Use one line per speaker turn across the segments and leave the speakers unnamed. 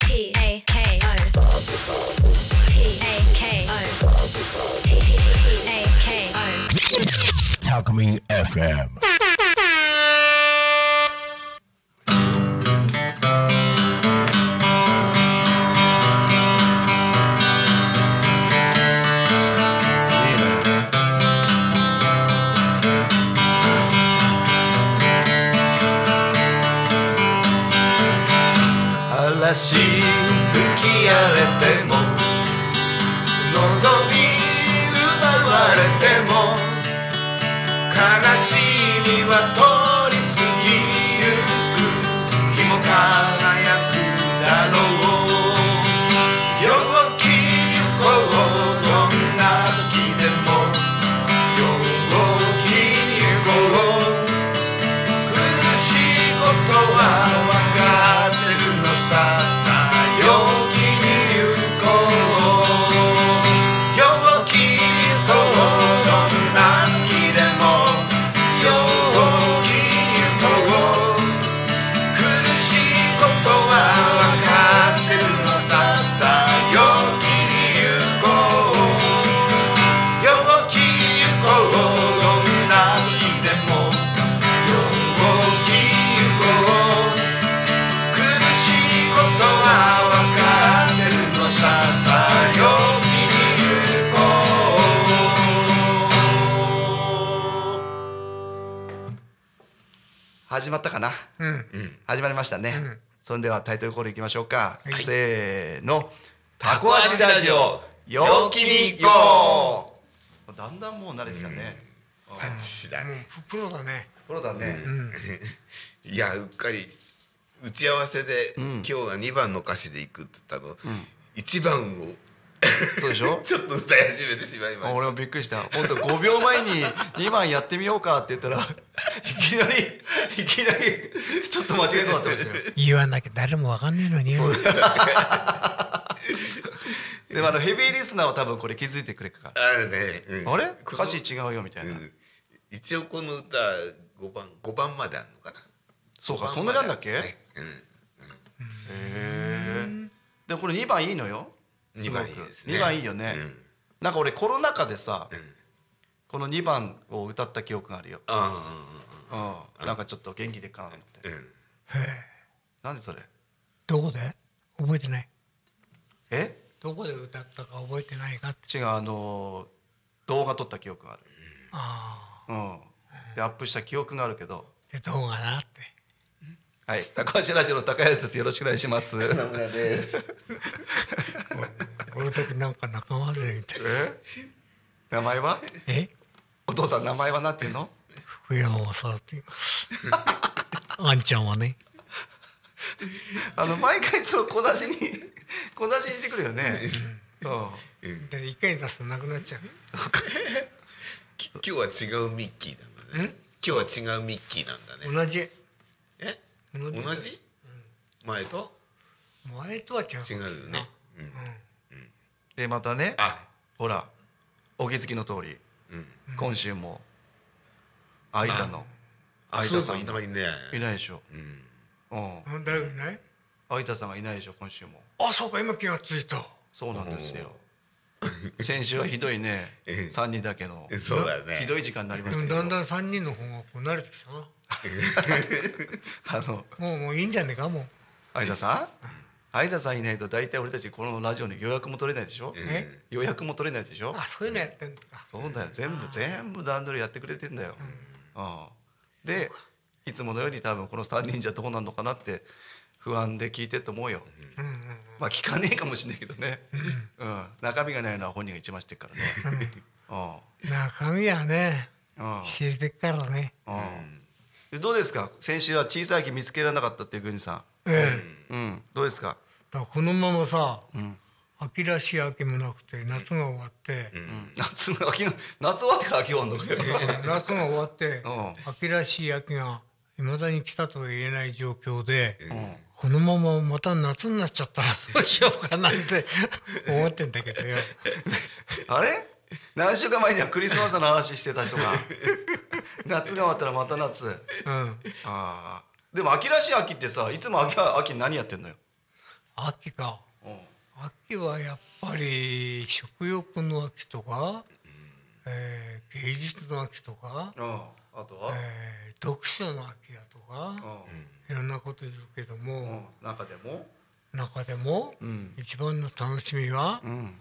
P A K O. P A K O. P A K O.
Talkme FM.
嵐吹き荒れても望み奪われても悲しみは通り過ぎゆく日も輝くだろう陽気行こうどんな時でも陽気に行こう苦しいことはわかってるのさ陽気に行こう陽気に行こうどんな時でも陽気に行こう苦しいことはわかってるのさ陽気に行こう陽気行こうどんな日でも陽気に行こう苦しいことは分かってるのささあ陽気に行こう始まったかな、うん始まりましたね、それではタイトルコールいきましょうか、せーの「タコ足ラジオ陽気に行こう」だんだんもう慣れてきたね。
パチだね。
プロだね。
プロだね。
いやうっかり打ち合わせで、今日は2番の歌詞で行くって言ったの、一1番を
そうでし ょ
ちょっと歌い始めてしまいま
あ
し
俺もびっくりした。本当5秒前に2番やってみようかって言ったら、い きなり、いきなり、ちょっと間違えそうになってま したよ。
言わなきゃ誰もわかんねえのに。
でもあのヘビーリスナーは多分これ気づいてくれるか
た。あるね。う
ら。あれ
こ
歌
の
詞違うよみたいな
う。ん一応この歌5番5番まであるのかな。
そうか、
五番
そんななんだっけ
ま
へ
であるね
え。でもこれ2番いいのよ。
うん。2番いいですね。
2番いいよね
うん。
なんか俺コロナ禍でさ
ん、
この2番を歌った記憶があるよ。
あ
うん。なんかちょっと元気でっかなと思っ
あ、う
て。
ん。
なんでそれ
どこで覚えてない。
え
どこで歌ったか覚えてないかって。
違うあのー動画撮った記憶がある、
あ
うん、でアップした記憶があるけど
あ。でどうかなって。
はい高橋ラジオの高安ですよろしくお願いします
野村です。
俺の時なんか仲間外れみたいな。
え名前は
え
お父さん名前はなんていうの
福山雅 治と言います。あんちゃんはね。
あの毎回そう小出しに小出しにしてくるよ ねう
で一回に出すとなくなっちゃう。
き今日は違うミッキーなんだね。今日は違うミッキーなんだね。
同じ。
え
同
同
じ
じ前と
前とは違う。
違うよね。うん
んでまたね
あ、
ほらお気づきの通り
うん。
今週も有田の
あ、
有
そう
田
そう
さ
んい
が
ないね。
いないでしょ、
うん。
うん、
うん。だよね。
有田さんがいないでしょ今週も
あそうか今気がついた。
そうなんですよ。先週はひどいね
ええ、
三人だけの。
えそうだね
ひどい時間になりま
で
した
も
けど。
だんだん三人の方がこう慣れてきたな。
あの、
もうもういいんじゃねえかもう。
相田さん。相田さんいないと、大体俺たちこのラジオの予約も取れないでしょ
うん
え
予約も取れないでしょ
あそういうのやってんだ。
そうだよ、全部、全部段取りやってくれてんだよ。うんで、いつものように、多分この三人じゃどうなんのかなって。不安で聞いてると思うよ。
うんうん。
まあ、聞かねえかもしれないけどね。うん、中身がないのは本人が一番知ってるからね。うん。
中身はね
うん
知れてっからね
うん、どうですか先週は小さい木見つけられなかったっていう郡司さ
ええ、
ん、うん、どうですか、
だからこのままさ、
ん
秋らしい秋もなくて夏が終わって、
うん、 夏の秋の夏終わってから秋終わんのかよ
夏が終わって、
う
秋らしい秋が未だに来たとは言えない状況で、
ん
このまままた夏になっちゃったらどうしようかなんて 思ってんだけどよ
あれ何週間前にはクリスマスの話してた人が夏が終わったらまた夏
うん
ああでも秋らしい秋ってさいつも秋は秋何やってんのよ
秋か
うん
秋はやっぱり食欲の秋とか、えー芸術の秋とか、
うんあとは、
えー読書の秋だと
う
か、
ん
いろんなこと言うけども、
うん中でも
中でも
うん
一番の楽しみは、
うん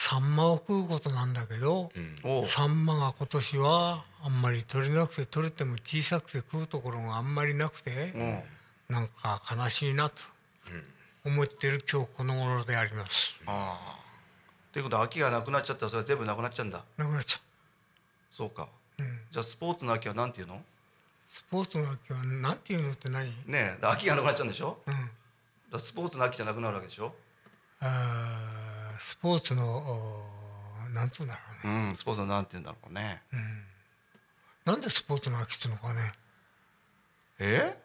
サンマを食うことなんだけど、
おう
サンマが今年はあんまり取れなくて取れても小さくて食うところがあんまりなくて、
うん
なんか悲しいなと思ってる今日この頃であります。
ああということは秋がなくなっちゃったらそれは全部なくなっちゃうんだ
なくなっちゃ
そうか
う。うん、
じゃあスポーツの秋はなんていうの
スポーツの秋はなんていうのって何？
ねえ秋がなくなっちゃうんでしょ
うん、
だからスポーツの秋じゃなくなるわけでしょ
あースポーツのおーなんつうんだろう
う
ね。
んスポーツのなんていうんだろうね
うん、なんでスポーツの秋っていうのかね。
え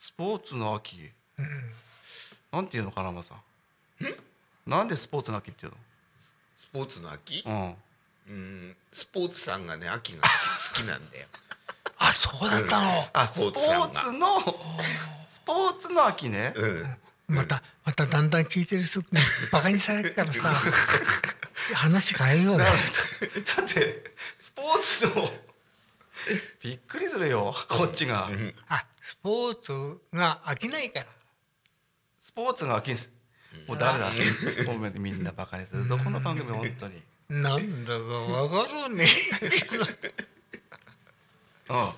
スポーツの秋
うん、
なんていうのかなマさんなんでスポーツの秋っていう
スポーツの秋、
のうん
うん、スポーツさんがね秋が好き好きなんだよ
あ、そうだったの。
あ
ス
ス
ポ
ポ
ーツさんが
ーツのスポーツの秋ね
うん
またまただんだん聞いてる人にバカにされるからさ話変えようよ
だ だってスポーツのびっくりするよこっちが
あスポーツが飽きないから
スポーツが秋もうダメだごめんみんなバカにするぞこの番組本当に
なんだか分かるね
うんあ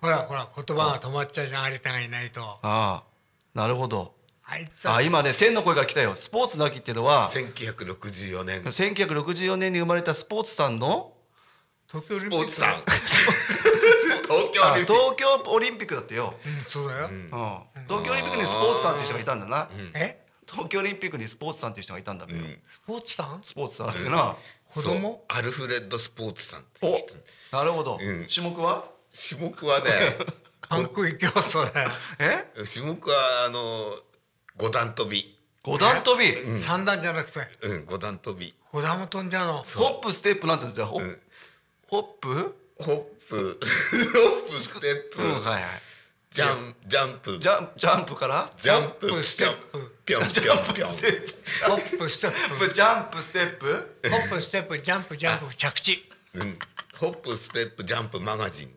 ほらほら言葉が止まっちゃうじゃん有田がいないと
あなるほど
あいつは
あ今ね天の声から来たよスポーツの秋っていうのは
1964年
1964年に生まれたスポーツさんの
東京オリ
ス
ン
ポ
ピッ
ー
ク
ツさん 東京オ
あ
リンピッ
東京オリンピックだってよ、
うんそうだよ、
うん、東京オリンピックにスポーツさんっていう人がいたんだな、
え
東京オリンピックにスポーツさんっていう人がいたんだべよ、
スポーツさん
スポーツさんっていうのは、
子
クそう
供
アルフレッド・スポーツさんっていう人
おなるほど、
うん
種目は
種目はね
パン食い競争だよ、
え
種目はあの五段跳び
五段跳び、
三段じゃなくて
うん五段跳び
五段も飛んじゃうの
ホップステップなんて言うんですよホ,、
うん
ホップ、
ホップホップステップ、
うん、はいはい
ジャンジャンプ
ジャンジャンプから
ジャンプ
ホップステップ
ピョンピョンピョン
ス
ピョン
テッ
ホップステッ
プジャンプステップ
プホップステップジャンプジャンプ着地
うんホップステップジャンプマガジン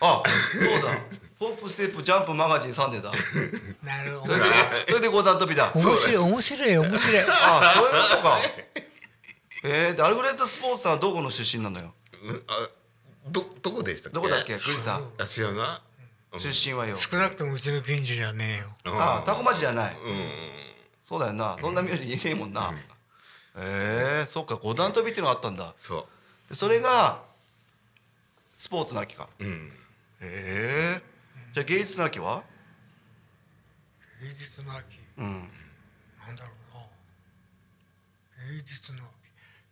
あそうだホップステップジャンプマガジンサンデーだそ
なるほ
れ
ど
でそれで五段跳びだ
面白い面白い面白い
あそういうことかえー、でアルフレッド・スポーツさんはどこの出身なのよ
うんあどどこでしたっけ
どこだっけクリスさん
あ知らな
出身はよ
少なくともうちの近所じゃねえよ
い
ああタコ町じゃない
うんうん
そうだよなそんな名字言えねえもんなえー、そうか五段跳びっていうのがあったんだ
そ
でそれがスポーツの秋か
ううん
ええじゃあ芸術の秋は
芸術の秋
うん
なんだろうな芸術の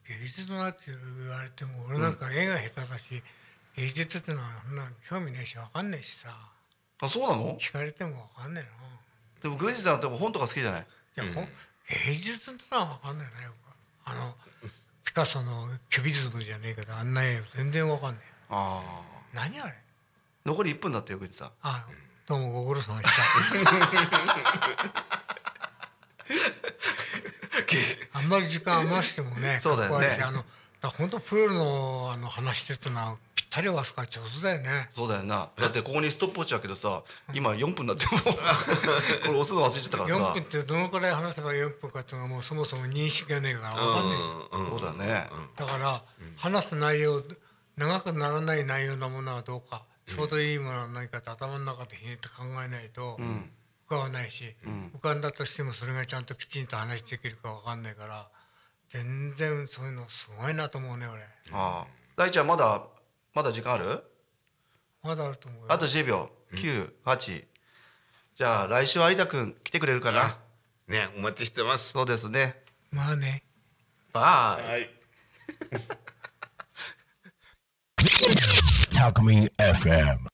秋芸術の秋と言われても俺なんか絵が下手だし、芸術ってのはそんな興味ないし分かんないしさ
あそうなの
聞かれても分かんないな
でもグジさんって本とか好きじゃない
じゃあ、ほん芸術ってのは分かんないなよくあのピカソのキュビズムじゃねえけどあんな絵全然分かんない
ああ
何あれ
残り1分だったよグジさん
あどうもご苦労様で した。あんまり時間余してもね、
そうだよね
かっこ悪いしあの、だから本当プロのあの話してたのはぴったり合わすから上手だよね。
そうだよなだってここにストップウォッチだけどさ今4分だって もうこれ押すの忘れちゃったから
4
さ
分ってどのくらい話せば4分かっていうのがもうそもそも認識がねえから分かんない。
うんうん
そうだね
だから話す内容長くならない内容のものはどうかちょうどいいものは何かって頭の中でひねって考えないと浮かばないし、浮かんだとしてもそれがちゃんときちんと話できるかわかんないから全然そういうのすごいなと思うね俺
ああ大ちゃんまだまだ時間ある
まだあると思うよ
あと10秒98じゃあ来週は有田君来てくれるかな
あねお待ちしてます
そうですね
まあね
バイ
はい。
Talk Me FM.